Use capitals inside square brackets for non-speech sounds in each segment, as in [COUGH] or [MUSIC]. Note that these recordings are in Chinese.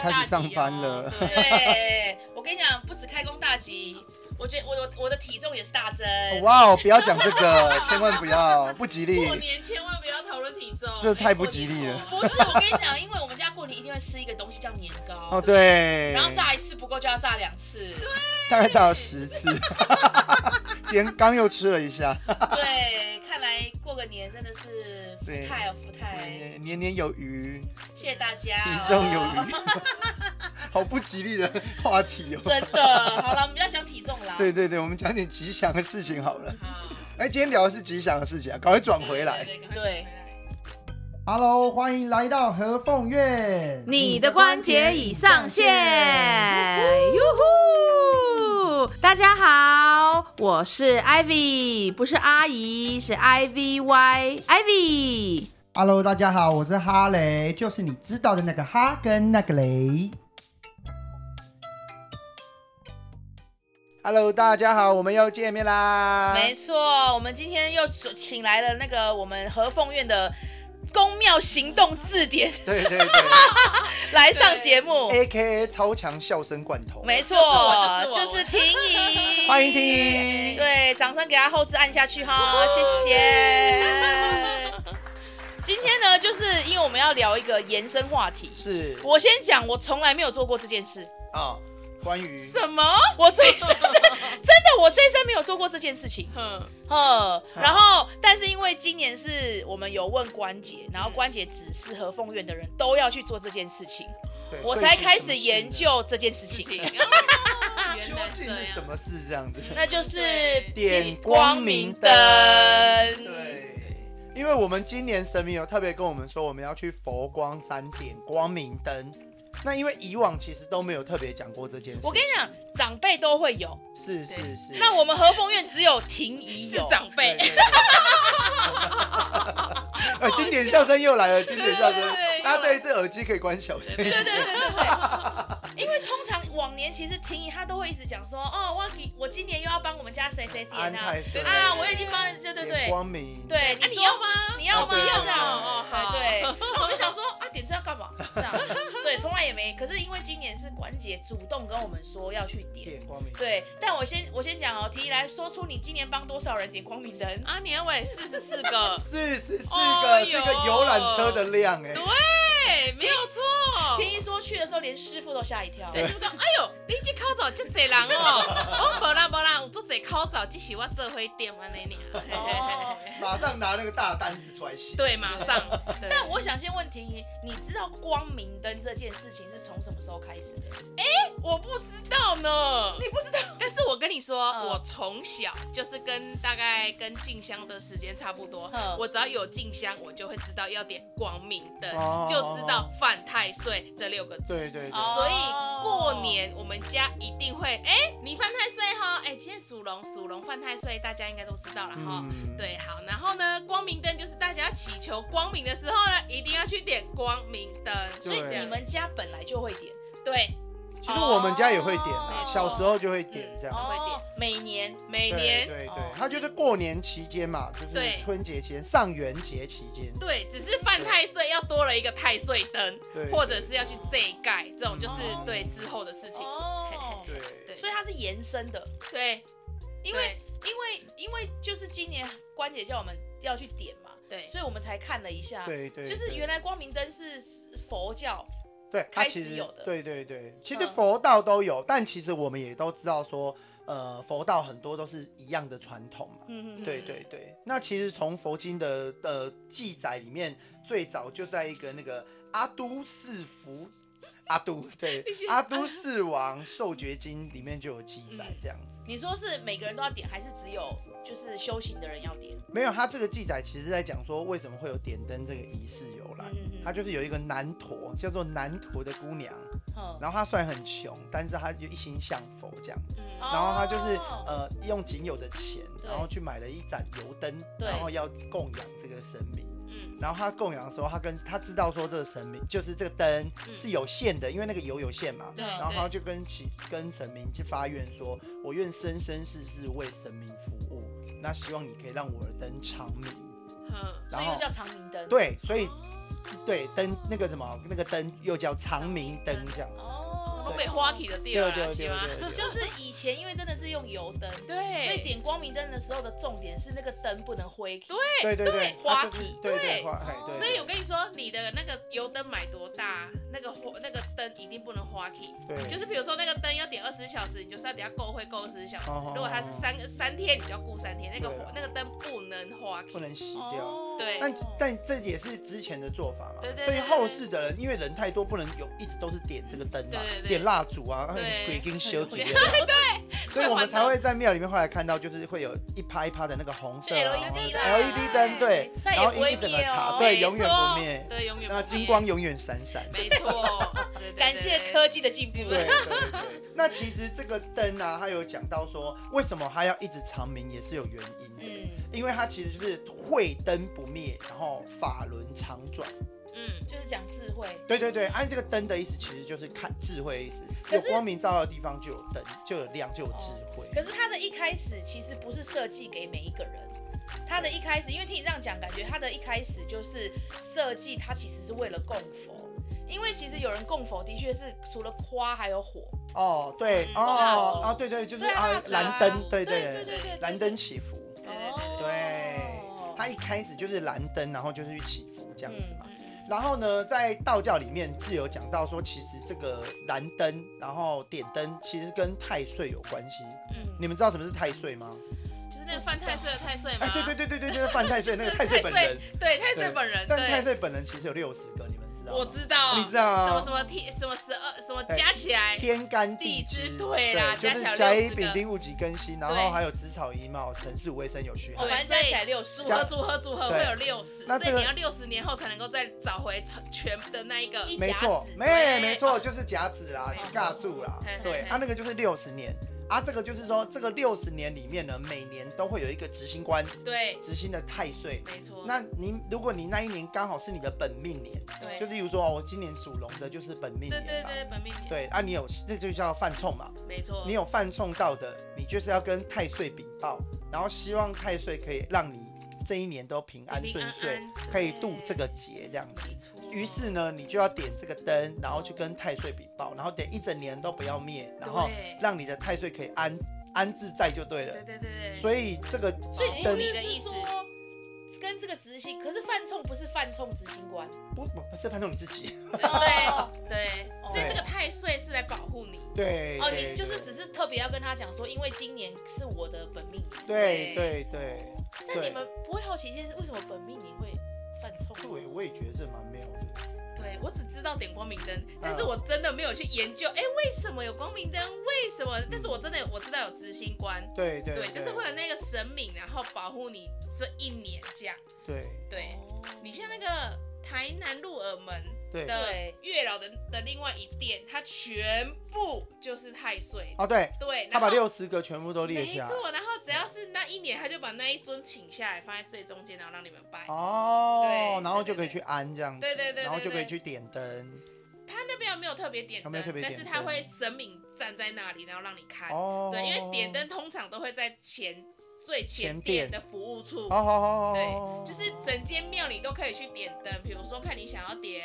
开始上班了对哦对，我跟你讲，不止开工大吉，我觉得我的我的体重也是大增。 [LAUGHS] 哇哦，不要讲这个， [LAUGHS] 千万不要，不吉利。过年千万不要讨论体重，这太不吉利了哎过不年后是，我跟你讲，因为我们家过年一定会吃一个东西叫年糕，哦，对，然后炸一次不够就要炸两 [LAUGHS] 次。大概炸了十 [LAUGHS] 次，今天刚又吃了一下，对，看来过个年真的是福对泰哦，福泰，年年有余，谢谢大家、体哦，重有余，好不吉利的话题哦。真的，好了，我们不要讲体重啦。对对对，我们讲点吉祥的事情好了。好，哎，今天聊的是吉祥的事情啊，赶快转回来。对，对赶快对转回来 Hello，欢迎来到和凤月，你的关节已上线，哟呼！大家好，我是 Ivy，不是阿姨，是 I V Y Ivy。 Hello，大家好，我是哈雷，就是你知道的那个哈跟那个雷。 Hello，大家好，我们又见面啦。没错，我们今天又请来了那个我们和凤院的宫庙行动字典对对对来上节目。 ，A K A 超强笑声罐头，没错，就是我就是我就是婷宜，欢迎。听。对，掌声给他后置按下去哈，谢谢。今天呢，就是因为我们要聊一个延伸话题。是我先讲，我从来没有做过这件事。啊，关于什么？我这一 [LAUGHS] 生真的，我这一生没有做过这件事情。哼，呃，然后但是因为今年是我们有问关节，然后关节只是和凤院的人都要去做这件事情，对我所以才是开什始么事研呢究这件事事情情，哦原究来竟这是什样，么事这样子。那就是对点光光明明灯灯。对，因为我们今年神明有特别跟我们说，我们要去佛光山点光明灯。那因为以往其实都没有特别讲过这件事，我跟你讲，长辈都会有，是是是。那我们和凤院只有婷宜是有。长对辈对，对 [LAUGHS] 呃，经典笑声又来了，经典笑声对对对。大家这一次耳机可以关小声。对对对对对，因为通常往年其实婷宜她都会一直讲说，哦，我给我今年又要帮我们家谁谁点安啊太岁啊，我已经帮，对对点对，光明。对，啊你你说要吗你要吗？哦不用这样哦哦好对，那我就想说啊，点这要干嘛？这样，对，从来也没。可是因为今年是关姐主动跟我们说要去点，点光明。，对。但我先我先讲哦，提议来说出你今年帮多少人点光明灯？啊，年尾四十四个 [LAUGHS] 四十四哦哎个是一个哟游览车的量哎。对，没有错。听一说去的时候，连师傅都吓一跳。对，是不是讲？哎呦，你这口罩真侪人哦！我无啦无啦，有足侪口罩，只是我做伙点安尼尔。嘿嘿哦嘿嘿马上拿那个大单子出来写。对，马上。但我想先问婷宜，你知道光明灯这件事情是从什么时候开始的？我不知道呢，你不知道？但是我跟你说，嗯我从小就是跟大概跟静香的时间差不多嗯，我只要有静香，我就会知道要点光明灯哦，就知道犯太岁这六个字。对对对。哦所以过年我们家一定会，哎、你犯太岁哈，哎、今天属龙，属龙犯太岁，大家应该都知道了哈。嗯对，好，然后呢，光明灯就是大家祈求光明的时候呢，一定要去点光明灯。对所以这你样们家本来就会点，对，其实我们家也会点啊哦，小时候就会点这样。会点哦，每年每对年对对哦，他就是过年期间嘛，就是对春节期间、上元节期间，对只是犯太岁要多了一个太岁灯对，或者是要去这一盖，这种就是哦对之后的事情。嘿哦嘿，对对所以它是延伸的，对因为因为因为就是今年关姐叫我们要去点嘛，对所以我们才看了一下，对对就是对原来光明灯是佛教，对，他开始其实有的对对对，其实嗯佛道都有，但其实我们也都知道说，呃，佛道很多都是一样的传统嘛。嗯对对对，那其实从佛经的呃记载里面，最早就在一个那个阿都是福阿都 [LAUGHS] 对阿都是王受爵经里面就有记载这样子。你说是每个人都要点，还是只有就是修行的人要点？没有，他这个记载其实在讲说为什么会有点灯这个仪式由来嗯嗯。他就是有一个南陀，叫做南陀的姑娘，嗯，然后她虽然很穷，但是她就一心向佛这样。嗯然后她就是哦呃用仅有的钱，对然后去买了一盏油灯，对然后要供养这个神明。嗯然后他供养的时候，他跟他知道说这个神明就是这个灯嗯是有限的，因为那个油有限嘛。对然后他就跟其跟神明去发愿说，我愿生生世世为神明服务，那希望你可以让我的灯长明。嗯所以然又后叫长明灯。，对，所以对灯那个什么那个灯又叫长明灯这样子。哦东北花旗的地儿啊，是吗？就是以前因为真的是用油灯，对所以点光明灯的时候的重点是那个灯不能灰。对，对对对，花啊就是体对对对花，哎对。所以我跟你说，你的那个油灯买多大，那个花那个灯一定不能花 key。对就是比如说那个灯要点二十小时，你就是要等它够会够二十小时。哦哦如果它是三个三天，你就要顾三天。那个对火了那个灯不能花 key。不能洗掉。哦对但但这也是之前的做法嘛，哦对对所对以后世的人因为人太多，不能有一直都是点这个灯嘛，对对对点蜡烛啊，对鬼跟修对对，啊 [LAUGHS] 所以我们才会在庙里面后来看到，就是会有一趴一趴的那个红色、E 啊、就 LED 啦 LED 灯，对，再也然后不会一整个灭塔，哦对，没永远错不灭，对，永远不那灭金光。永远闪闪。没错，对对对感谢科技的进步。对对对对， [LAUGHS] 那其实这个灯啊，它有讲到说，为什么它要一直长明，也是有原因的，嗯，因为它其实就是慧灯不灭，然后法轮常转。嗯，就是讲智慧。对对对，按这个灯的意思，其实就是看智慧的意思。可有是光明照耀的地方就有灯，就有亮，就有智慧。可是它的一开始其实不是设计给每一个人，它的一开始，因为听你这样讲，感觉它的一开始就是设计，它其实是为了供佛。因为其实有人供佛的确是除了花还有火，哦，对，嗯哦蜡烛啊，对对，就是对啊啊蜡，烛啊蓝灯，对对对对对对蓝灯祈福，对对对对。对哦，它一开始就是蓝灯，然后就是去祈福这样子嘛。嗯然后呢，在道教里面是有讲到说，其实这个蓝灯，然后点灯，其实跟太岁有关系。嗯你们知道什么是太岁吗？就是那个犯太岁的太岁吗？哎，对对对对对，就是犯太岁那个太岁本人。，对太岁本人，但太对，岁本人其实有六十个，你们知道吗？我知道，你知道啊什么什么天什么十二什么加起来，天干地支支对啦对就是加起甲来60乙丙个丁戊己庚辛，然对后还有子丑寅卯辰巳午未申酉戌哦，亥。对反正加起来六十组五，合组合组合对会有六十，那所这以个你要六十年后才能够再找回全全的那一个。一没错甲子，没对没错，就是甲子啦，没去错尬住啦嘿嘿。对，啊嘿他那个就是六十年啊，这个就是说，这个六十年里面呢，每年都会有一个执行官，对，执行的太岁。没错。那您如果你那一年刚好是你的本命年，对就例如说，哦我今年属龙的，就是本命对年对嘛。对，本命年，对啊，你有这就叫犯冲嘛。没错你。有犯冲到的，你就是要跟太岁禀报，然后希望太岁可以让你这一年都平安平顺安遂安，可以渡这个劫这样子。没错于是呢，你就要点这个灯，然后去跟太岁禀报，然后点一整年都不要灭，然后对让你的太岁可以安安置在就对了对。对对对，所以这个所以灯你的的意意思是思说，跟这个执行，可是犯冲不是犯冲执行官，不不不是判冲你自 [LAUGHS] 己，对 [LAUGHS] 对，所以这个太岁是来保护你。对哦，对你就是对只是特别要跟他讲说，因为今年是我的本命年。对对对对但你对们不会好奇一件事，为什么本命年会犯冲？对，我也觉得这蛮妙的。对我只知道点光明灯，嗯但是我真的没有去研究，哎，为什么有光明灯？为什么？但是我真的我知道有执行官，对对对，就是会有那个神明，然后保护你这一年这样。对对，哦你像那个台南鹿耳门对的对月老的的另外一殿，它全部就是太岁。哦对，对，他然后把六十个全部都列没下来。错，然后只要是那一年，他就把那一尊请下来，放在最中间，然后让你们拜。哦，对然后对就可以对对去安这样子，对对对对然后就可以对去点灯。他那边没有特别点他灯没有特别，但点是他灯会神明站在那里，然后让你看。哦，对，因为点灯通常都会在前最前哦前殿殿的服务处。好，好好好好，对，就是整间庙里都可以去点灯，比如说看你想要点，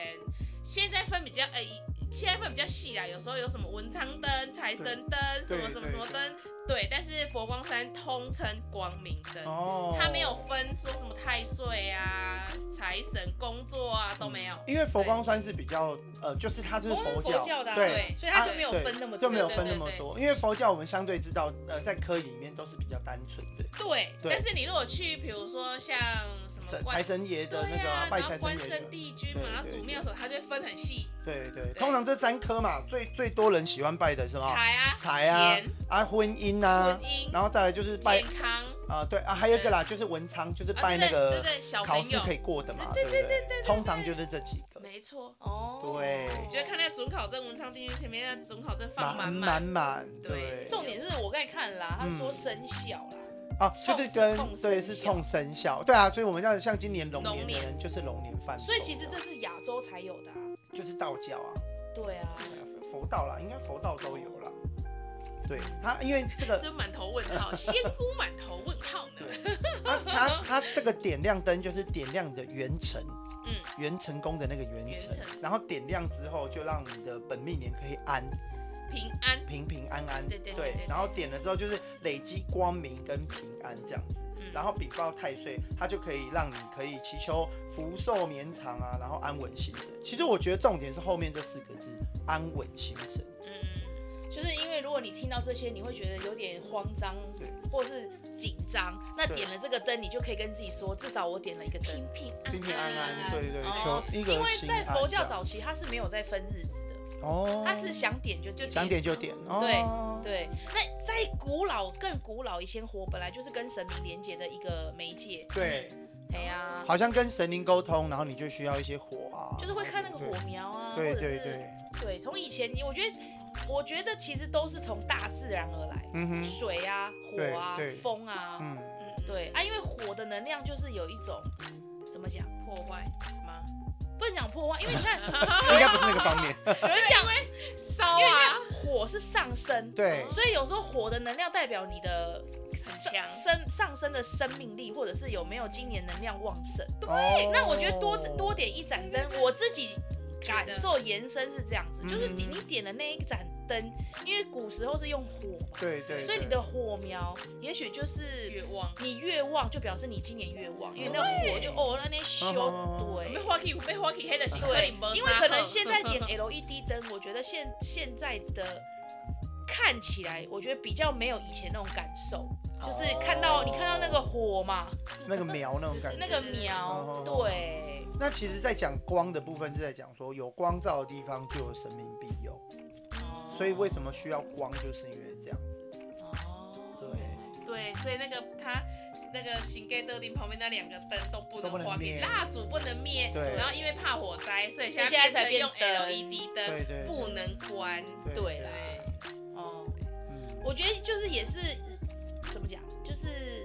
现在分比较呃，以现在分比较细啦，有时候有什么文昌灯、财神灯、什对么什么什么灯，对，但是佛光山通称光明灯，哦，它没有，分说什么太岁啊、财神、工作啊都没有。因为佛光山是比较呃，就是它是佛光是佛教的啊对对。所以他就啊没有对分那么多，就没有分对那对么对多，因为佛教我们相对知道，呃，在科仪里面都是比较单纯的，对，对但是你如果去，比如说像什么神关财神爷对的那个啊呀、拜然后财关神爷圣的，帝君嘛对，然后对祖庙什么，它就会分很细，对对，通常这三科嘛，最最多人喜欢拜的是吗？财啊、财啊钱、啊婚姻啊婚，姻、然后再来就是拜健康。啊，对啊，还有一个啦，就是文昌，就是啊拜那对个对对对小朋考友试可以过的嘛，对不对？通常就是这几个。没错，哦，对你就会看那个准考证文昌帝君前面那准考证放满满满，满，对嗯对，重点是我刚才看啦，他说生肖啦，啊，就是跟冲是冲对是生肖冲生肖，对啊，所以我们要像今年龙年龙的年人就是龙年犯冲啊，所以其实这是亚洲才有的、啊。就是道教啊，对啊，佛道啦，应该佛道都有啦。对他，因为这个是满头问 [LAUGHS] 号，仙姑满头问号呢。对，他他他这个点亮灯就是点亮你的元辰，嗯，元成功的那个元元成辰，然后点亮之后，就让你的本命年可以安平安。平平安安。对对对对对然后点了之后就是累积光明跟平安这样子。嗯然后禀报太岁，它就可以让你可以祈求福寿绵长啊，然后安稳心神。其实我觉得重点是后面这四个字“安稳心神嗯，就是因为如果你听到这些，你会觉得有点慌张对，或是紧张。那对点了这个灯，你就可以跟自己说，至少我点了一个灯平。平嗯平安”，安，平安安。对对，哦求一个因为心在安佛教这样早期，他是没有在分日子的，哦，他是想点就就想点就点。对哦、对，那在古老更古老以前，火本来就是跟神明连接的一个媒介。对，哎呀，好像跟神灵沟通，然后你就需要一些火啊，就是会看那个火苗啊，或对。者对对是对，对，从以前我觉得，我觉得其实都是从大自然而来，嗯哼，水啊、火啊对对、风啊，嗯，嗯，嗯，对啊，因为火的能量就是有一种怎么讲，破坏吗？不能讲破坏，因为你 [LAUGHS] 看嗯应该不是那个方面。有人讲，因烧为啊，你看火是上升， [LAUGHS] 对所以有时候火的能量代表你的很强生上升的生命力，或者是有没有今年能量旺盛。哦那我觉得多多点一盏灯，我自己感觉得受延伸是这样子，就是你嗯你点的那一盏灯，因为古时候是用火嘛，对对，所以你对的火苗也许就是越旺。你越旺，就表示你今年越旺，因为那火就哦那那修哦对被。花旗被花旗黑的是对，因为可能现在 [LAUGHS] 点 LED 灯，我觉得现现在的看起来，我觉得比较没有以前那种感受，就是看到、你看到那个火嘛，那个苗那种感觉。那个苗哦，对，那其实，在讲光的部分是在讲说，有光照的地方就有神明庇佑，嗯所以为什么需要光，就是因为这样子。哦，对，对，所以那个他那个行盖豆丁旁边那两个灯都不都不能能花灭灭，蜡烛不能灭。对然后因为怕火灾，所以所以现现在才在变成变灯用 LED 对对灯，对不能关。对啦，对，哦，嗯，我觉得就是也是怎么讲，就是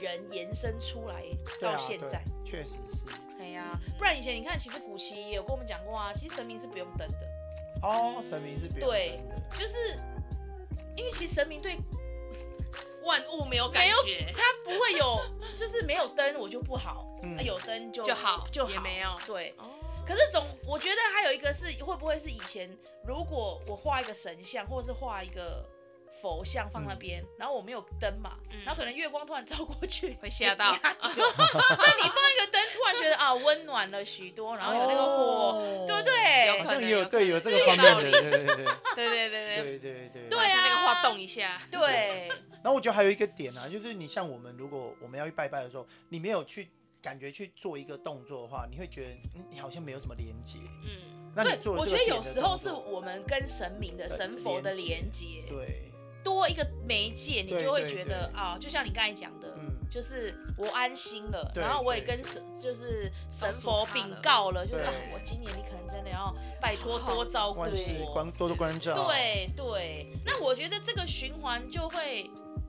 人延伸出来对到啊现在，，对确实是。哎呀、不然以前你看，其实古奇也有跟我们讲过啊，其实神明是不用灯的。哦，神明是别人对分的就是因为其实神明对万物没有感觉，他不会有， [LAUGHS] 就是没有灯我就不好，嗯啊有灯就就好就也好，没有对。哦，可是总我觉得还有一个是会不会是以前如果我画一个神像或者是画一个佛像放那边，嗯然后我没有灯嘛，然后可能月光突然照过去嗯会吓到你 [LAUGHS] 那你放一个灯，突然觉得啊温暖了许多，然后有那个火，哦对不对？好有可能像也有对有这个有方道面理的，对对对对 [LAUGHS] 对对对对对，对对。对啊那个话动一下，对，然后我觉得还有一个点啊，就是你像我们如果我们要去拜拜的时候，你没有去感觉去做一个动作的话，你会觉得嗯你好像没有什么连接。嗯，那你对，做了我这觉得个点有的时候动是作我们跟神明的的神佛的连连接，对，多一个媒介，你对就会对觉得啊，就像你刚才讲的，嗯就是我安心了，对然后我也对跟神就是神告诉佛他禀了告了，就是对啊我今年你可能真的要拜托好多照顾万事我。关多多关照。，哦对对，那我觉得这个循环就会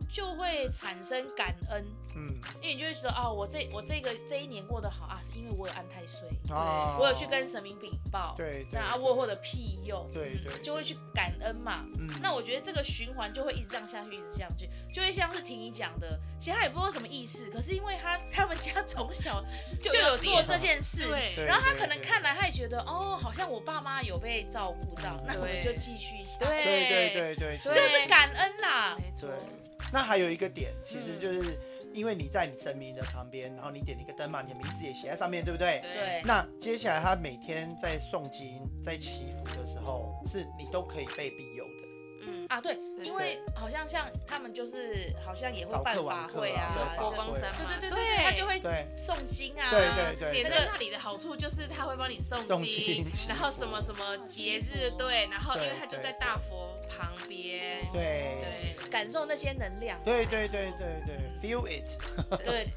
就会产生感恩，嗯因为你就会觉得啊，我这我这个这一年过得好啊，是因为我有安太岁，啊，我有去跟神明禀报，对那对啊我有获得庇佑，对对，就会去感恩嘛。嗯那我觉得这个循环就会一直这样下去，一直这样去，就会像是婷宜讲的，其实他也不知道什么意思，可是因为他他们家从小就有有做点这件事，对然后他对可能对看来他也觉得哦，好像我爸妈有被照顾到，那我们对就继续下，对对对对对，就就是感恩啦，没错对，。那还有一个点，其嗯实就是因为你在你神明的旁边，然后你点了一个灯嘛，你的名字也写在上面，对不对？对那接下来他每天在诵经、在祈福的时候，是你都可以被庇佑的。嗯，啊，对，对因为好像像他们就是好像也会早办课法晚课会啊对，就早佛光山嘛，对对对对对，他就会对诵经啊，对对对点对，灯那里的好处就是他会帮你诵诵经经，然后什么什么节日祈福对，然后因对为他就在大佛旁边，对对感受那些能量，啊对对对对对，feel it。对。对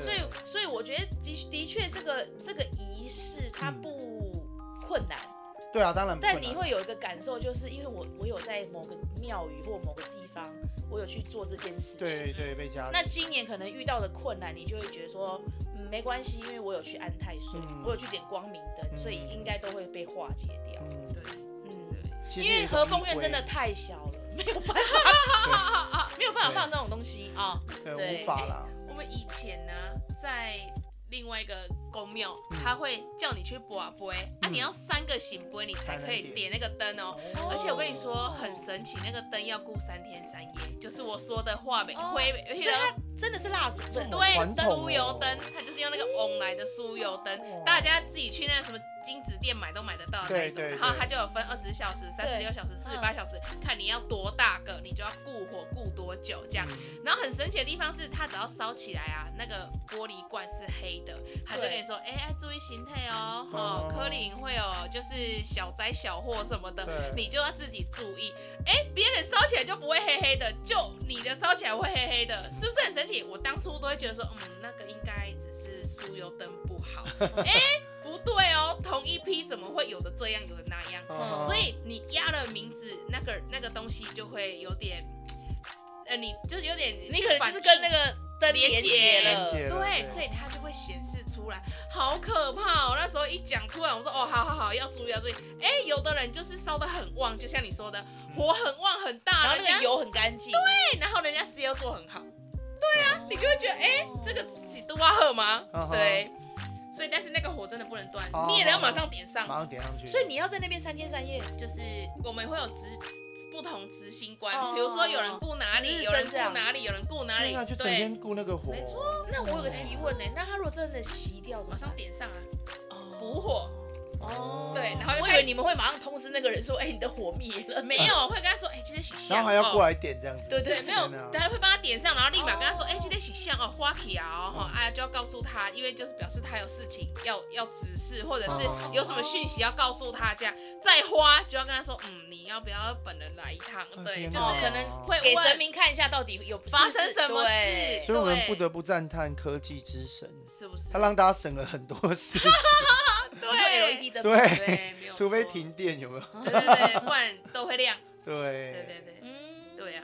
所以，所以我觉得的的确，这个这个仪式它不困难，对啊，当然不但困你难会有一个感受，就是因为我我有在某个庙宇或某个地方，我有去做这件事情。对对被加持那今年可能遇到的困难，你就会觉得说，嗯，没关系，因为我有去安太岁，嗯我有去点光明灯，所以应该都会被化解掉。嗯对嗯，对，其实因为有时和候风依院规真的太小了，没有办法，没有办法放这种东西啊。对对呃无法啦。我们以前呢、在另外一个公庙，他会叫你去卜杯啊，你要三个醒杯，你才可以点那个灯哦。而且我跟你说很神奇，那个灯要顾三天三夜，就是我说的话呗，哦灰呗，而且所以它真的是蜡烛，不是对传统哦酥油灯，它就是用那个翁来的酥油灯，大家自己去那什么金子店买都买得到的那一种。对对对嗯然后它就有分二十小时、三十对六小时、四十八小时，看你要多大个，你就要顾火顾多久这样。嗯然后很神奇的地方是，它只要烧起来啊，那个玻璃罐是黑的，它就对跟你说，哎、要注意形态哦，哦哦，柯林会有就是小灾小祸什么的对，你就要自己注意。哎、别人烧起来就不会黑黑的，就你的烧起来会黑黑的，是不是很神奇？我当初都会觉得说，嗯，那个应该只是酥油灯不好，哎、不对哦，同一批怎么会有的这样，有的那样？哦所以你压了名字，那个那个东西就会有点，呃，你就是有点你可能就是去反应跟那个灯连接嗯连了。接了对，所以它就会显示出来，好可怕哦！那时候一讲出来，我说哦，好好好，要注意要注意。哎，有的人就是烧的很旺，就像你说的，火很旺很大，然后人那家个油很干净，对，然后人家石油做很好，对啊，你就会觉得哎，这个几度瓦赫吗嗯哼？对，所以但是那个火真的不能断好，灭了要好好马上点上，马上点上去。所以你要在那边三天三夜，就是我们会有执不同执行官哦，比如说有人顾哪值日生里，有人这顾样哪里，有人顾哪里对啊，就，整对天，顾那个火，没错，那我有个提问呢、那他如果真的熄掉怎马么办上？点上啊，哦补火。哦对然后就我以开始为你们会马上通知那个人说，哎、你的火灭了，没有，会跟他说，哎、今天洗香，然后还要过哦、来点这样子。对对对，没有天哪，他会帮他点上，然后立马跟他说，哦哎、今天洗香哦，花起啊，嗯哈、哎、就要告诉他，因为就是表示他有事情要要指示，或者是哦有什么讯息要告诉他，这样再花就要跟他说，嗯，你要不要本人来一趟？对，哦哎天就哪是可能会给神问明看一下到底有发生什么事对所以我们对不得不赞叹科技之神，是不是他？让大家省了很多事情。对， LED E 灯对对，没有错，除非停电，有没有？对对对，不然都会亮。对，对对对，嗯，对啊，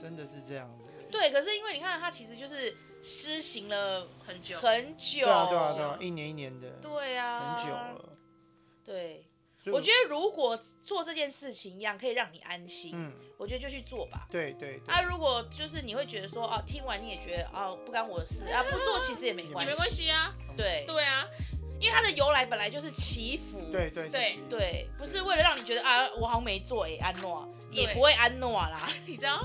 真的是这样子。对。可是因为你看，它其实就是施行了很久。很久，对啊，对啊，对啊，一年一年的，哦对啊很久了。对，所以我觉得如果做这件事情一样可以让你安心，嗯我觉得就去做吧。对对对，啊，如果就是你会觉得说，哦、听完你也觉得哦，不干我的事啊，不做其实也没关系也没，关系啊，对，对啊，因为它的由来本来就是祈福，对对对是对，不是为了让你觉得啊，我好像没做哎、安诺也不会安诺啦，你知道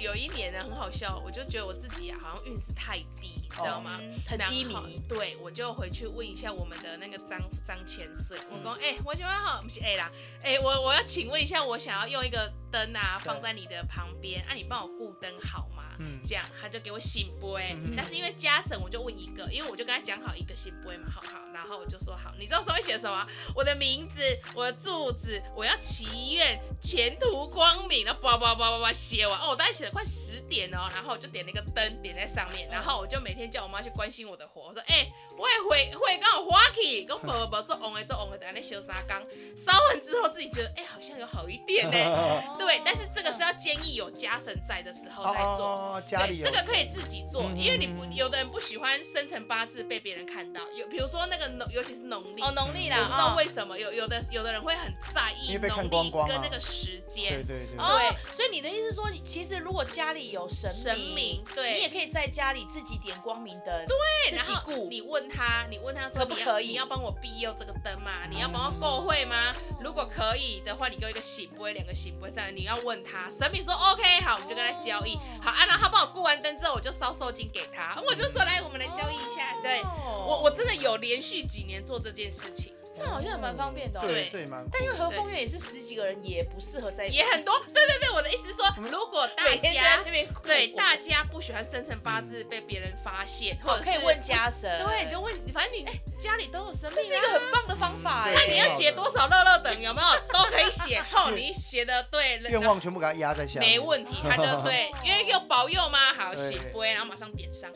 有一年呢很好笑，我就觉得我自己啊好像运势太低，你知道吗？哦嗯很然后低迷。对，我就回去问一下我们的那个张张千岁，嗯我说哎、欸我想要好不是哎、啦，哎、我我要请问一下，我想要用一个灯啊对放在你的旁边，啊你帮我顾灯好吗？嗯这样他就给我醒杯、嗯但是因为家神我就问一个，因为我就跟他讲好一个醒杯嘛，好好，然后我就说好，你知道上面写什么？我的名字，我的住址，我要祈愿前途光明，然后叭叭叭叭叭写完，哦，我大概写了快十点哦，然后我就点了一个灯点在上嗯面，然后我就每天叫我妈去关心我的火，我说哎、欸，我也会会跟我花去， [LAUGHS] 跟宝宝宝做红的做红的，等下那修沙缸烧完之后自己觉得哎、欸好像有好一点呢、 [LAUGHS] 对，但是这个是要建议有家神在的时候再做。哦，家里对，有这个可以自己做，嗯因为你不有的人不喜欢生辰八字被别人看到，有比如说那个农，尤其是农历，哦，农历啦，嗯我不知道哦为什么有有的有的人会很在意啊因为被看农光历光啊跟那个时对间，对对哦对，所以你的意思是说，其实如果家里有神明，神明对你也可以在家里自己点光明灯，对然自己后顾。你问他，你问他说可不你要可以你要帮我庇佑这个灯嗯吗？你要帮我购会吗？如果可以的话，你给我一个喜杯，两个喜杯，三个你要问他，神明说 OK，好，我们就跟他交哦易。好，啊，然后他帮我顾完灯之后，我就烧寿金给他，我就说来，我们来交易一下。对哦我我真的有连续几年做这件事情。这样好像也蛮方便的、哦。对，对这也蛮酷的。但因为和风月也是十几个人，也不适合在也很多。对对对，我的意思是说，如果大每天在家那边哭对大家不喜欢生辰八字被别人发现，或嗯者是哦可以问家神，对，就问，反正你家里都有神这明是一个啊。很棒的方法哎、看你要写多少乐乐等有没有，都可 [LAUGHS] 以写。后你写的对，愿望全部给它压在下面，没问题， [LAUGHS] 他就对，因为有保佑嘛，好对写不会，然后马上点上。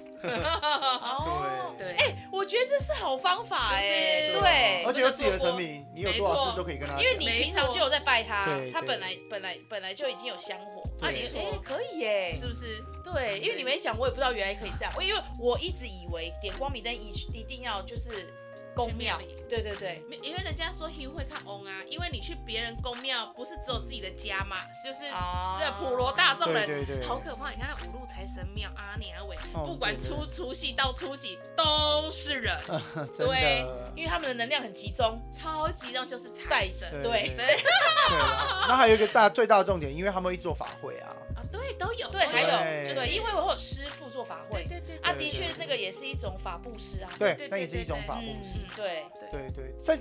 哦，对对，哎、我觉得这是好方法哎、是不是对而，且有自己的神明，你有多少事都可以跟他讲，因为你平常就有在拜他对，他对本来本来本来就已经有香火，对啊你没哎、错可以耶、是不是？对，因为你没讲，我也不知道原来可以这样。我因为我一直以为点光明灯一一定要就是宫庙庙里。对对对，没因为人家说 Hugh 会看 on 啊，因为你去别人宫庙，不是只有自己的家嘛，就是哦这普罗大众人，对对对好可怕！你看那五路财神庙、阿娘尾，哦不管对对出除夕到初几都是人， [LAUGHS] 真的对。因为他们的能量很集中，超级重就是财在神神对对对啦那还有一个大最大的重点，因为他们会做法会啊，啊，对，都有，对，都还有对就是对，因为我有师傅做法对会，对对啊，对的对确对那个也是一种法布施啊，对对，那也是对一种对法布嗯施，，对，对对，这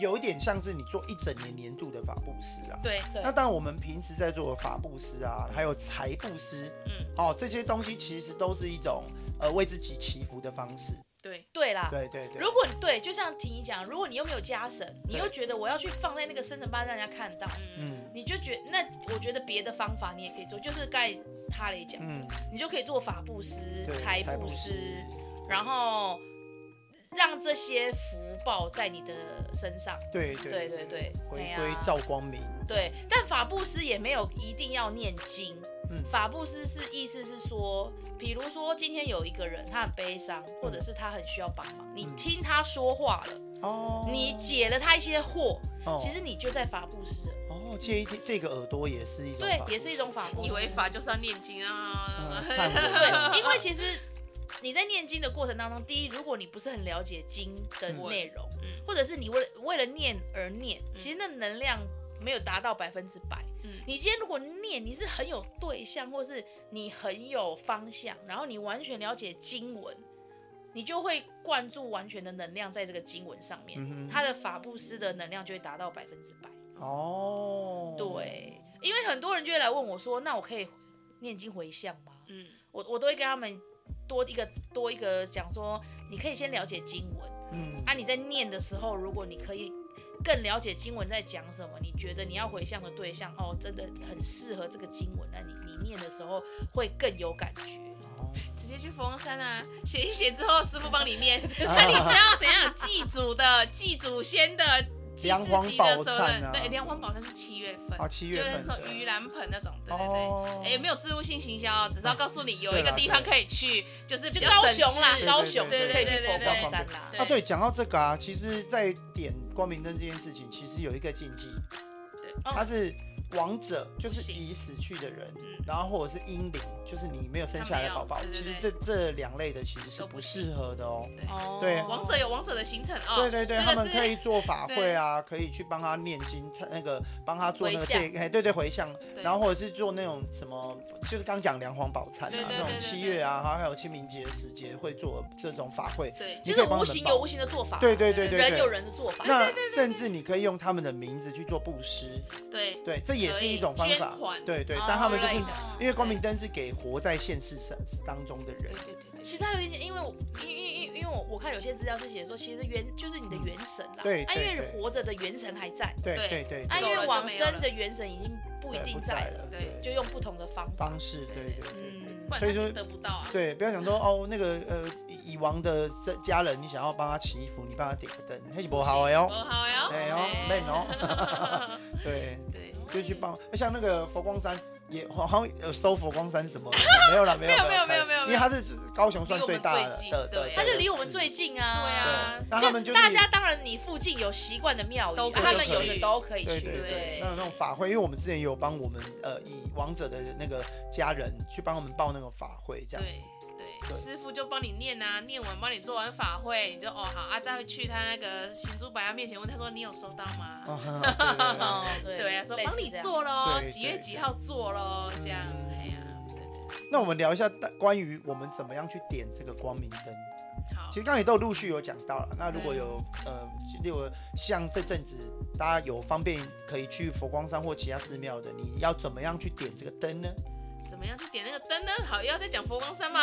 有一点像是你做一整年年度的法布施啊。对，对那当然，我们平时在做的法布施啊，还有财布施，嗯，哦，这些东西其实都是一种呃为自己祈福的方式。对，对啦，对对对啊如，果你对，就像婷宜讲，如果你又没有家神，你又对觉得我要去放在那个生辰八字让人家看到，嗯你就觉那我觉得别的方法你也可以做，就是盖哈雷讲，嗯，你就可以做法布施对、财财布布施施，然后让这些福报在你的身上。对对对对对，回哎呀归照光明。对，但法布施也没有一定要念经。嗯法布施是意思是说，比如说今天有一个人他很悲伤，或者是他很需要帮忙，你嗯听他说话了，哦，你解了他一些惑，哦其实你就在法布施了。哦，这一这个耳朵也是一种对法，布也是一种法布施。以为法就是要念经嗯啊，忏悔 [LAUGHS] 对，因为其实你在念经的过程当中，第一，如果你不是很了解经的内容，嗯或者是你为了为了念而念，其实那能量没有达到百分之百。嗯你今天如果念，你是很有对象，或是你很有方向，然后你完全了解经文。你就会灌注完全的能量在这个经文上嗯面，它的法布施的能量就会达到百分之百。哦，，对，因为很多人就会来问我说：“那我可以念经回向吗？”嗯，我我都会跟他们多一个多一个讲说，你可以先了解经文，嗯，啊，你在念的时候，如果你可以更了解经文在讲什么，你觉得你要回向的对象哦，真的很适合这个经文，那你你念的时候会更有感觉。直接去佛光山啊，写一写之后，师傅帮你 [LAUGHS] 念，看你是要怎样祭祖的，祭祖先的，祭梁皇自己的宝什么忏的，啊对，梁皇宝忏是七月份，哦七月份就是说对盂兰盆那种，对对哦对，哎，没有自入性行销哦，只是要告诉你有一对个啦地方可以去，就是就比较高省雄啦事，高雄对可对以去对佛对光对，山啦。对啊，对，讲到这个啊，其实，在点光明灯这件事情，其实有一个禁忌，对哦他是亡者，就是行已死去的人嗯，然后或者是婴灵，就是你没有生下来的宝宝他，没有其对对实这这两类的其实是都不不适合的哦。对哦对王者有王者的行程哦，对对对，他这们个可以是做法会啊，可以去帮他念经，那个帮他做那个回向这哎对对回向，对然后或者是做那种什么，就是刚讲梁皇宝忏啊对对，对那种对对七月啊，还有还有清明节、时节会做这种法会，对你就可是以帮无他们形有报无形的做法，对对对对对人有人的做法。那甚至你可以用他们的名字去做布施，对对，这也是一种方可以法捐。款对对哦，但他们就是嗯之类的因为光明灯是给活在现实当中的人对，对对对，其实他有一点，因为我因因因因为我我看有些资料是写说，其实元就是你的元神啦，对啊，因对为对活着的元神还在，对对对对，啊，因走了为就往没有了生的元神已经不一对定不在了，对对，就用不同的方法。方式，对对对嗯，对，不所然他以说们得不到啊，对，不要想说哦，那个呃已已亡的生家人，你想要帮他祈福，你帮他点个灯，那是不好的哦哎哟，好哟，哎对哦，累哦， [LAUGHS] 对，对。就去帮，像那个佛光山。也好像有收佛光山什么的，没有啦，没有没 [LAUGHS] 有没有没有没有因为它是就是高雄算离我最们大最的近的，的对它就离我的们寺最近啊，对啊那他们就是大家当然你附近有习惯的庙宇，啊都可以他们有去的都可以对去，对对对，那有那种法会，因为我们之前也有帮我们呃以王者的那个家人去帮我们报那个法会这样 [LAUGHS] 对子。对，对师傅就帮你念啊，念完帮你做完法会，你就哦好啊，再去他那个行珠白牙面前问他说你有收到吗？啊哈哈哦对 [LAUGHS] 对啊，说类似帮你这样做喽，对几月对几号做喽，这样，嗯哎呀，对对对那我们聊一下大关于我们怎么样去点这个光明灯。对，好其，实刚才也都有陆续有讲到了。那如果有呃，例如像这阵子大家有方便可以去佛光山或其他寺庙的，你要怎么样去点这个灯呢？怎么样去点那个灯呢？好，要再讲佛光山吗？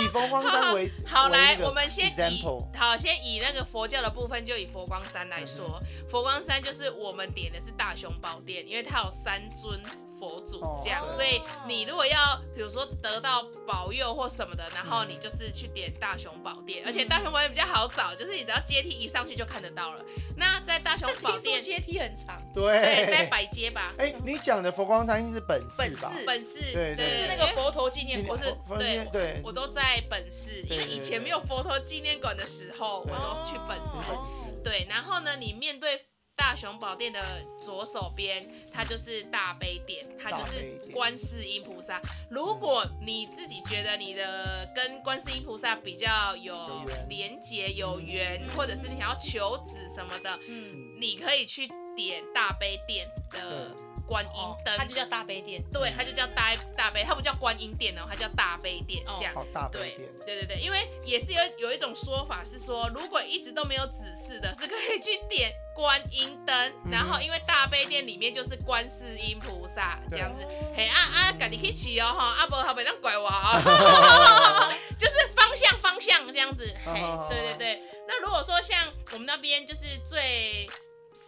以佛光山为 [LAUGHS] 好，为来那，个我们先以 example，好，先以那个佛教的部分，就以佛光山来说，佛光山就是我们点的是大雄宝殿，因为它有三尊佛祖哦这样，对所以你如果要比如说得到保佑或什么的，然嗯后你就是去点大雄 [LAUGHS] 宝殿，而且大雄宝殿比较好找，就是你只要阶梯一上去就看得到了。那在大雄宝殿，阶梯很长，对，在对，百街吧， [LAUGHS] 哎，你讲的佛光山应是本本寺吧？寺本市对对对是那对个佛头纪纪念念馆不是佛佛对念对，我都在本市，因对为对对以前没有佛陀纪念馆的时候，我对都去本市。哦对，然后呢，你面对大雄宝殿的左手边，它就是大悲殿，它就大是悲殿观世音菩萨。如果你自己觉得你的跟观世音菩萨比较有有缘连结、有缘，或者是你想要求子什么的，嗯，你可以去点大悲殿的嗯观音哦灯，它就叫大悲殿。对，它就叫大大悲，它不叫观音殿哦，它叫大悲殿哦这样。好大对悲殿。对对对，因为也是有有一种说法是说，如果一直都没有指示的，是可以去点观音灯，嗯然后因为大悲殿里面就是观世音菩萨这对样子，嘿啊啊，赶紧去骑哦哈，啊不好别让拐我 [LAUGHS] 哦， [LAUGHS] 就是方向方向这样子，嘿哦，对对对。那如果说像我们那边就是最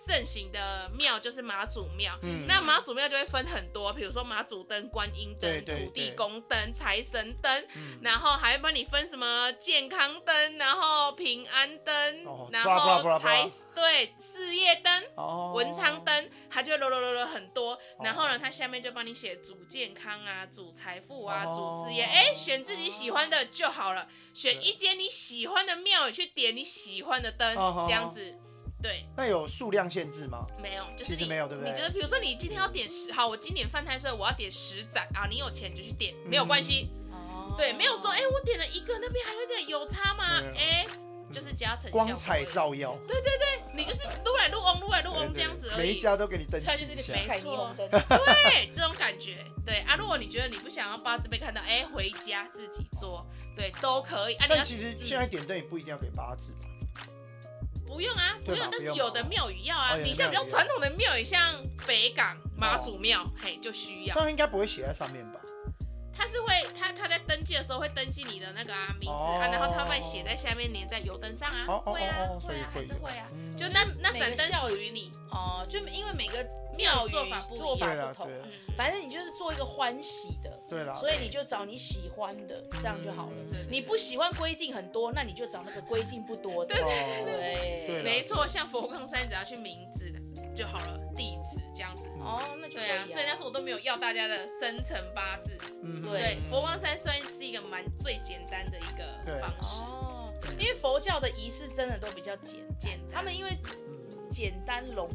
盛行的庙就是妈祖庙，嗯那妈祖庙就会分很多，比如说妈祖灯、观音对灯、对土地对公灯、财神灯，嗯然后还会帮你分什么健康灯，然后平安灯，哦然布拉布后拉布拉财对事业灯、哦，文昌灯，它就会啰啰啰啰很多。然后呢，它下面就帮你写主健康啊、主财富啊、哦主事业，哎，选自己喜欢的就好了，选一间你喜欢的庙，你去点你喜欢的灯哦，这样子，对。那有数量限制吗？没有，就是其实你没有对不对你觉得，比如说你今天要点十，好，我今年犯太岁，我要点十盏啊，你有钱你就去点，没有关系，嗯哦对，没有说，哎、我点了一个，那边还有一点有差吗？对哎、就是加成光彩，照耀，你就是撸来撸翁，撸来撸翁这样子而每已一。家都给你登它记就是一个下七。没彩霓虹灯。对，这种感觉，对啊。如果你觉得你不想要八字被看到，哎、回家自己做，对，都可以啊。你但要其实现在点灯也不一定要给八字嘛，不用啊，不对吧用，但不是用有的庙宇要啊。哦有的你像比较庙宇传统的庙宇，像北港妈祖庙，嘿，就需要。但应该不会写在上面吧？他是会，他他在登记的时候会登记你的那个啊名字、哦啊，然后他会写在下面粘在油灯上啊，哦哦会啊、哦哦所会以啊，还会是有会啊，嗯就那那每个盏灯校属于你，哦，就因为每个庙庙宇宇做法不一样做法对啦不同对啦，反正你就是做一个欢喜的，对啦，所以你就找你喜欢的，这样就好了嗯对对。你不喜欢规定很多，那你就找那个规定不多的。哦， [LAUGHS] 对对啦没错，像佛光山只要去名字就好了，地址这样子。哦，那就可对以啊，所以那时候我都没有要大家的生辰八字。嗯哼对对，佛光山算是一个蛮最简单的一个对方式，哦，因为佛教的仪式真的都比较简单，简单他们因为简单隆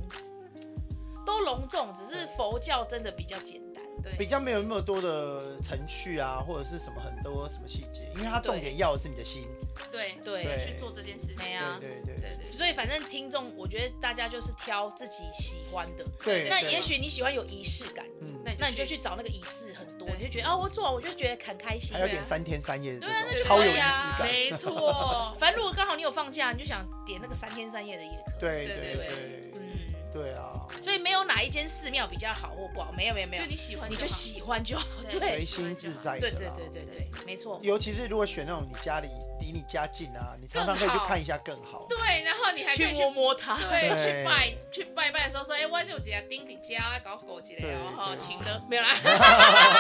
都隆重，只是佛教真的比较简单。比对，哦较没有那么多的程序啊，或者是什么很多什么细节，因为它重点要的是你的心。对对对去做这件事情。没啊对对对对对所以反正听众，我觉得大家就是挑自己喜欢的。对，嗯那对也许你喜欢有仪式感，对，那你就去找那个仪式很多，对你就觉得啊，我做完我就觉得很开心还。要对点啊三天三夜的这对啊那种，就超有可仪以啊，式感。没错 [LAUGHS] 反正如果刚好你有放假，你就想点那个三天三夜的也可以。对对对对对嗯，对啊，所以没有哪一间寺庙比较好或不好，没有没有没有，就你喜欢你就就好喜欢就好。对对随对心自在的对啦。对对对，没错。尤其是如果选那种你家里离你家近啊，你常常可以去更好看一下更好。对，然后你还可以去去摸摸它。对，对去拜去拜拜的时候说，哎、我就有几个丁丁家搞狗几个哦，对哈，对请的没有啦， [LAUGHS]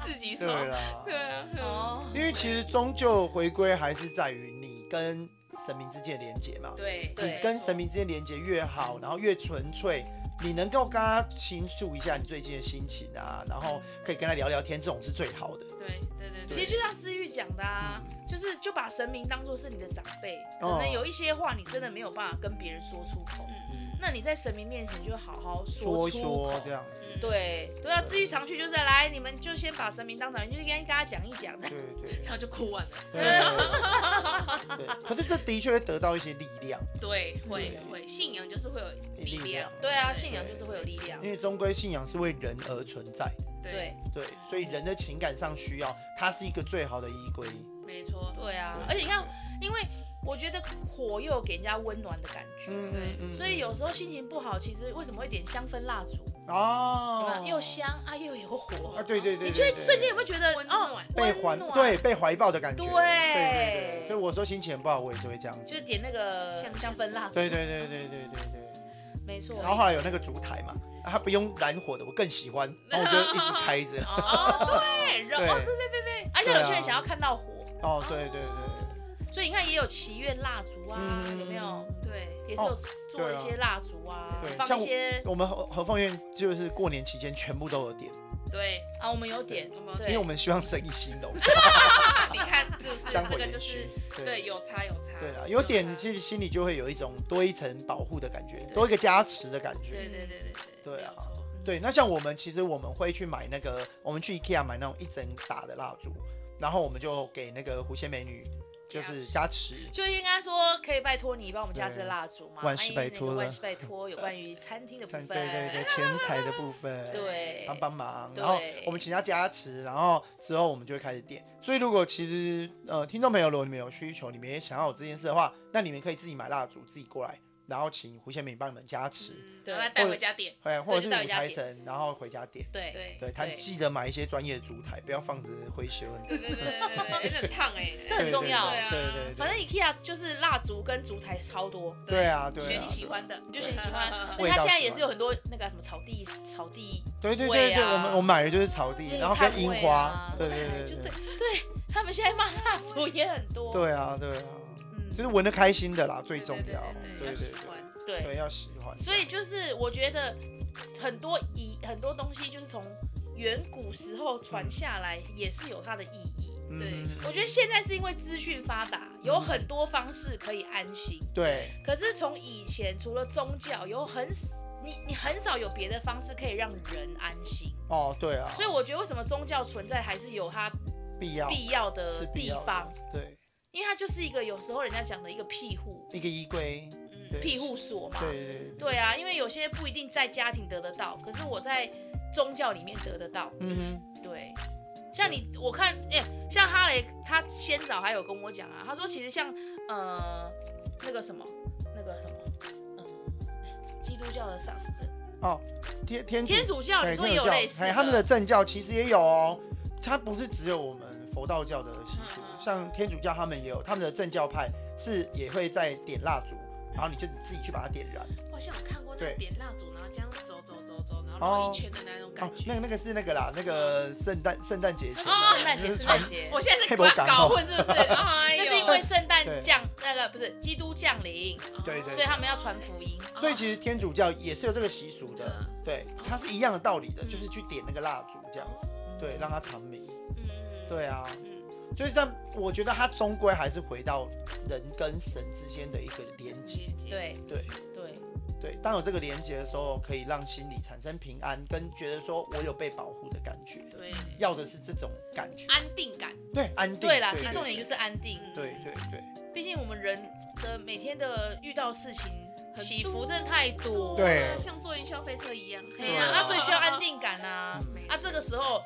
自己说，对啦，对啊，哦，因为其实终究回归还是在于你跟神明之间的连接嘛。对对你跟神明之间连接越好，然后越纯粹，你能够跟他倾诉一下你最近的心情啊，然后可以跟他聊聊天，这种是最好的。对对对对，其实就像知玉讲的啊，就是就把神明当做是你的长辈，哦可能有一些话你真的没有办法跟别人说出嗯口，那你在神明面前就好好说一出说口这。样子，嗯对对啊，至于常去就是来，你们就先把神明当成，你就跟跟他讲一讲，这样对对然后就哭完了，对对。对可是这的确会得到一些力量，对，会对会，信仰就是会有力力量量，对啊，信仰就是会有力量因。为终归信仰是为人而存在的。对对，对，所以人的情感上需要，它是一个最好的依归。没错，对啊，而且你看，因为我觉得火又有给人家温暖的感觉，嗯对嗯所以有时候心情不好，其实为什么会点香氛蜡烛？对吧哦，又香啊，又有火啊，，对对对，你就会对对瞬间有没有觉得温暖哦，被温环暖？对，被怀抱的感觉。对对对对，所以我说心情很不好，我也是会这样子。就是点那个香香氛蜡烛，对对对对对对对。没错。然后后来有那个烛台嘛，啊它不用燃火的，我更喜欢，然后我就一直开 [LAUGHS] 着。哦，对，然对啊后而且有些人想要看到火，哦，对对对，所以你看也有祈愿蜡烛啊，有没有？对，也是有嗯哦做对一啊些蜡烛啊对，放像一我些我们和和凤院就是过年期间全部都有点，对，啊，我们有点我们有，因为我对，们希望生意 [LAUGHS] 兴隆，啊你看是不是香这火个延就是续。对有差有差，对啊，有点差其实心里就会有一种多一层保护的感觉，多一个加持的感对觉。对对对对，对啊没有错对，那像我们其实我们会去买那个，我们去 IKEA 买那种一整打的蜡烛，然后我们就给那个狐仙美女就是加持。就应该说可以拜托你帮我们加支对蜡烛嘛，万事哎拜那个托万了事拜托，有关于餐厅的部 [LAUGHS] 对分，对对，钱财的部分，对帮帮忙。对然后我们请他加持，然后之后我们就会开始点。所以如果其实呃听众朋友，如果你们有需求，你们也想要有这件事的话，那你们可以自己买蜡烛，自己过来，然后请狐仙美女帮你们加持，对然后再带回家点，哎、或者嗯对是就带回五家财点神，然后回家点。对对对，他对记得买一些专业的烛台，不要放着灰修。对对对对对，有点烫 [LAUGHS] 哎，这很重要对对对对对反正 IKEA 就是蜡烛跟烛台超多，对啊，对啊，啊选你喜欢的，你就选你喜欢。而且味它道现在喜也欢是有很多那个什么草地草地对对味对对，啊我们我们买的就是草地，然后炭跟樱味花啊，对对就对对对，对，他们现在卖蜡烛也很多，对啊对啊，嗯就是闻得开心的啦，最对重要，对对对，要对喜欢，对对，对要喜欢，所以就是我觉得很多以很多东西就是从远古时候传下来，也是有它的意义。对嗯我觉得现在是因为资讯发达，有很多方式可以安心。对可是从以前，除了宗教，有很你你很少有别的方式可以让人安心。哦对啊，所以我觉得为什么宗教存在还是有它必要必要的是必地要的方，对因为它就是一个有时候人家讲的一个庇护一个衣柜，嗯对庇护，所嘛。对对对，对啊，因为有些不一定在家庭得得到，可是我在宗教里面得得到。嗯对，像你，我看，哎、像哈雷，他先早还有跟我讲啊，他说其实像呃那个什么，那个什么，呃，基督教的丧尸症，哼，哦天天主天主教对你说也天有主教类似哎的，哦他们的正教其实也有哦，它不是只有我们佛道教的习俗，像天主教他们也有，他们的正教派是也会在点蜡烛，然后你就自己去把它点燃。我好像有看过那个对点蜡烛，然后这样走走走走，然后绕一圈的那种哦感，觉那。个那个是那个啦，那个圣诞圣诞节前的，哦圣诞就节，是圣传诞节。我现在黑是白搞感冒搞混，是不是？哦哎呦，那是因为圣诞对降那个不是基督降临，对对所以他们要传福音。所哦以其实天主教也是有这个习俗的，对，它是一样的道理的，就是去点那个蜡烛这样子，对，让它长明，嗯嗯对啊，所以这样我觉得它终归还是回到人跟神之间的一个连接，嗯，对对对。对，对，当有这个连接的时候，可以让心里产生平安，跟觉得说我有被保护的感觉。对，啊要的是这种感觉，安定感，嗯对，安定。对啦，其实重点就是是安定。对对对毕竟我们人的每天的遇到事情起伏真的太多，对啊像坐云霄飞车一样。嘿呀、对啊，啊所以需要安定感啊没。啊，错这个时候，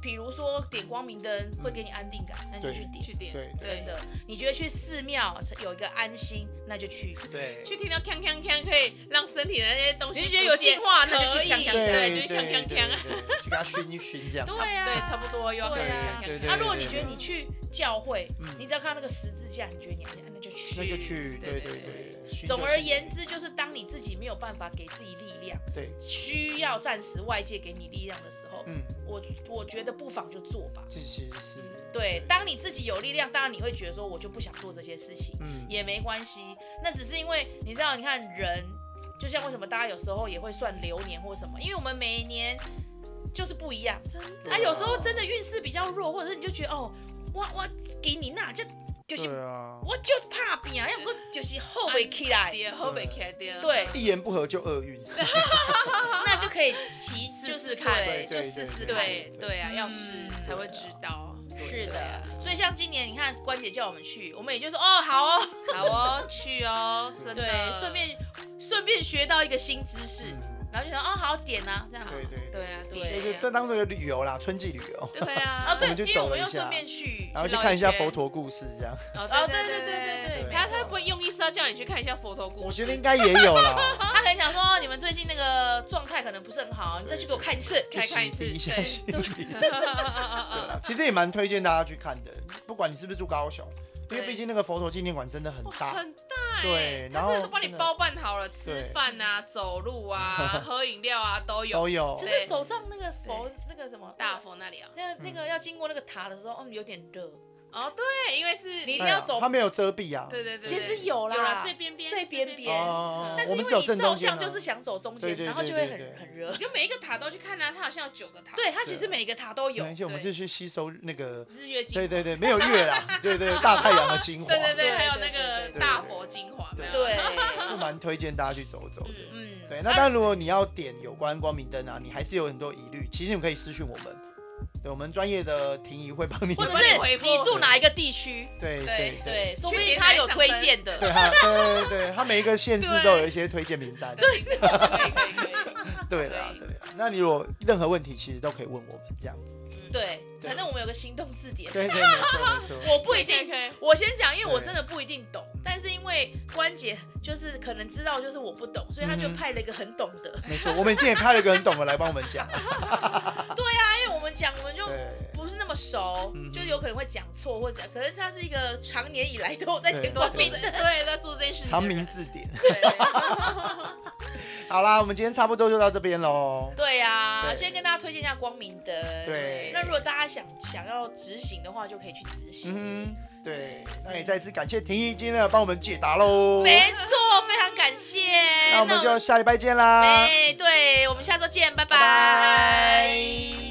比如说点光明灯会给你安定感，那你就对去点去。点，对真的，你觉得去寺庙有一个安心，那就去。对去听到锵锵锵，可以让身体的那些东西你就不见，觉得有进化那就去可以锵锵锵对，对就去锵锵对锵，对去给它熏一熏这样子。对啊，对，差不多又要开对始啊锵锵锵。啊，对如果对你觉得对嗯你去教会，你只要看到那个十字架，你觉得你安心，那就那去。就去，对对对对对。对对熏总就而熏言之，就是当你自己没有办法给自己力量，对，需要暂时外界给你力量的时候，嗯，我我觉得不妨就做吧。这其实是对，当你自己有力量，当然你会觉得说，我就不想做这些事情，嗯也没关系。那只是因为你知道，你看人，就像为什么大家有时候也会算流年或什么，因为我们每年就是不一样。真的啊，有时候真的运势比较弱，或者是你就觉得哦，我我给你那这就是、对啊，我就怕病啊，要不就是后悔起来，对，后背开的，对，一言不合就厄运。那就可以骑试试看对，就对对试试对看。对对啊，要试才会知道。是对啊的，所以像今年你看关姐叫我们去，我们也就说哦好哦，好哦，去哦，真对的，，顺便顺便学到一个新知识，然后就想哦好点啊这样子嗯对。对对啊，对对，就对就当这个旅游啦，春季旅游，对啊，啊对，我们就因为我走了们一又顺下便去然后去去绕看一一下圈佛陀故事这样。哦哦对对对对对，他他不会用意是要叫你去看一下佛头故事，我觉得应该也有 [LAUGHS] 啦，他可能想说你们最近那个状态可能不是很好，你再去给我看一次。对对对看一次洗涤一下对心理。对啦，啊其实也蛮推荐大家去看的，不管你是不是住高雄，因为对毕竟那个佛陀纪念馆真的很大。很大欸对他然后真的都帮你真的包办好了，吃对饭啊、走路啊、喝饮料啊都有。都有只对是走上那个佛那个什么大佛那里啊，哦那那个要经过那个塔的时候，嗯有点热，哦，对，因为是你一定哎要呀走他没有遮蔽啊。对对对，其对实有啦有啦，最边边最边边哦但是我因们为只有你正照中间相啊就是想走中对间，对然后对就会对对很很热你。就每一个塔都去看啊，它好像有九个塔，对，它其实每个塔都有没。关系，我们对就去吸收那个，日月精华对对对，没有月啦，对对，大太阳的精华，对对对，对还有那对对个对大对佛精华，没有对，不蛮推荐大家去走走的。嗯，对，啊那当然，如果你要点有关光明灯啊，你还是有很多疑虑，其实你可以私讯我们，对我们专业的庭仪会帮你。或者帮你是回复你住哪一个地区？对对对对，说不去定点他哪一有盏推灯荐的。对他对对对，他每一个县市都有一些推荐名单。对对对对对对，对啦对啦，那你如果任何问题，其实都可以问我们这样子。对，对反正我们有个行动字典。对对，没错没错。我不一定可以可以，我先讲，因为我对真的不一定懂，但是因为关姐就是可能知道，就是我不懂，所以她就嗯哼派了一个很懂的。没错，我们今天也派了一个很懂的来帮我们讲。对啊，因为我们讲我们就对，不是那么熟，嗯哼就有可能会讲错或者，可能她是一个常年以来都有在填对光做明这的。对在做这件事情的长人，明字典。对 [LAUGHS] 对好啦，我们今天差不多就到这边喽。对啊，对先跟大家推荐一下光明灯。对那如果大家想想要执行的话，就可以去执行。嗯哼，对，那也再次感谢婷宜今天来帮我们解答喽。没错，非常感谢。那我们就下礼拜见啦，哎，对，我们下周见，拜拜拜拜。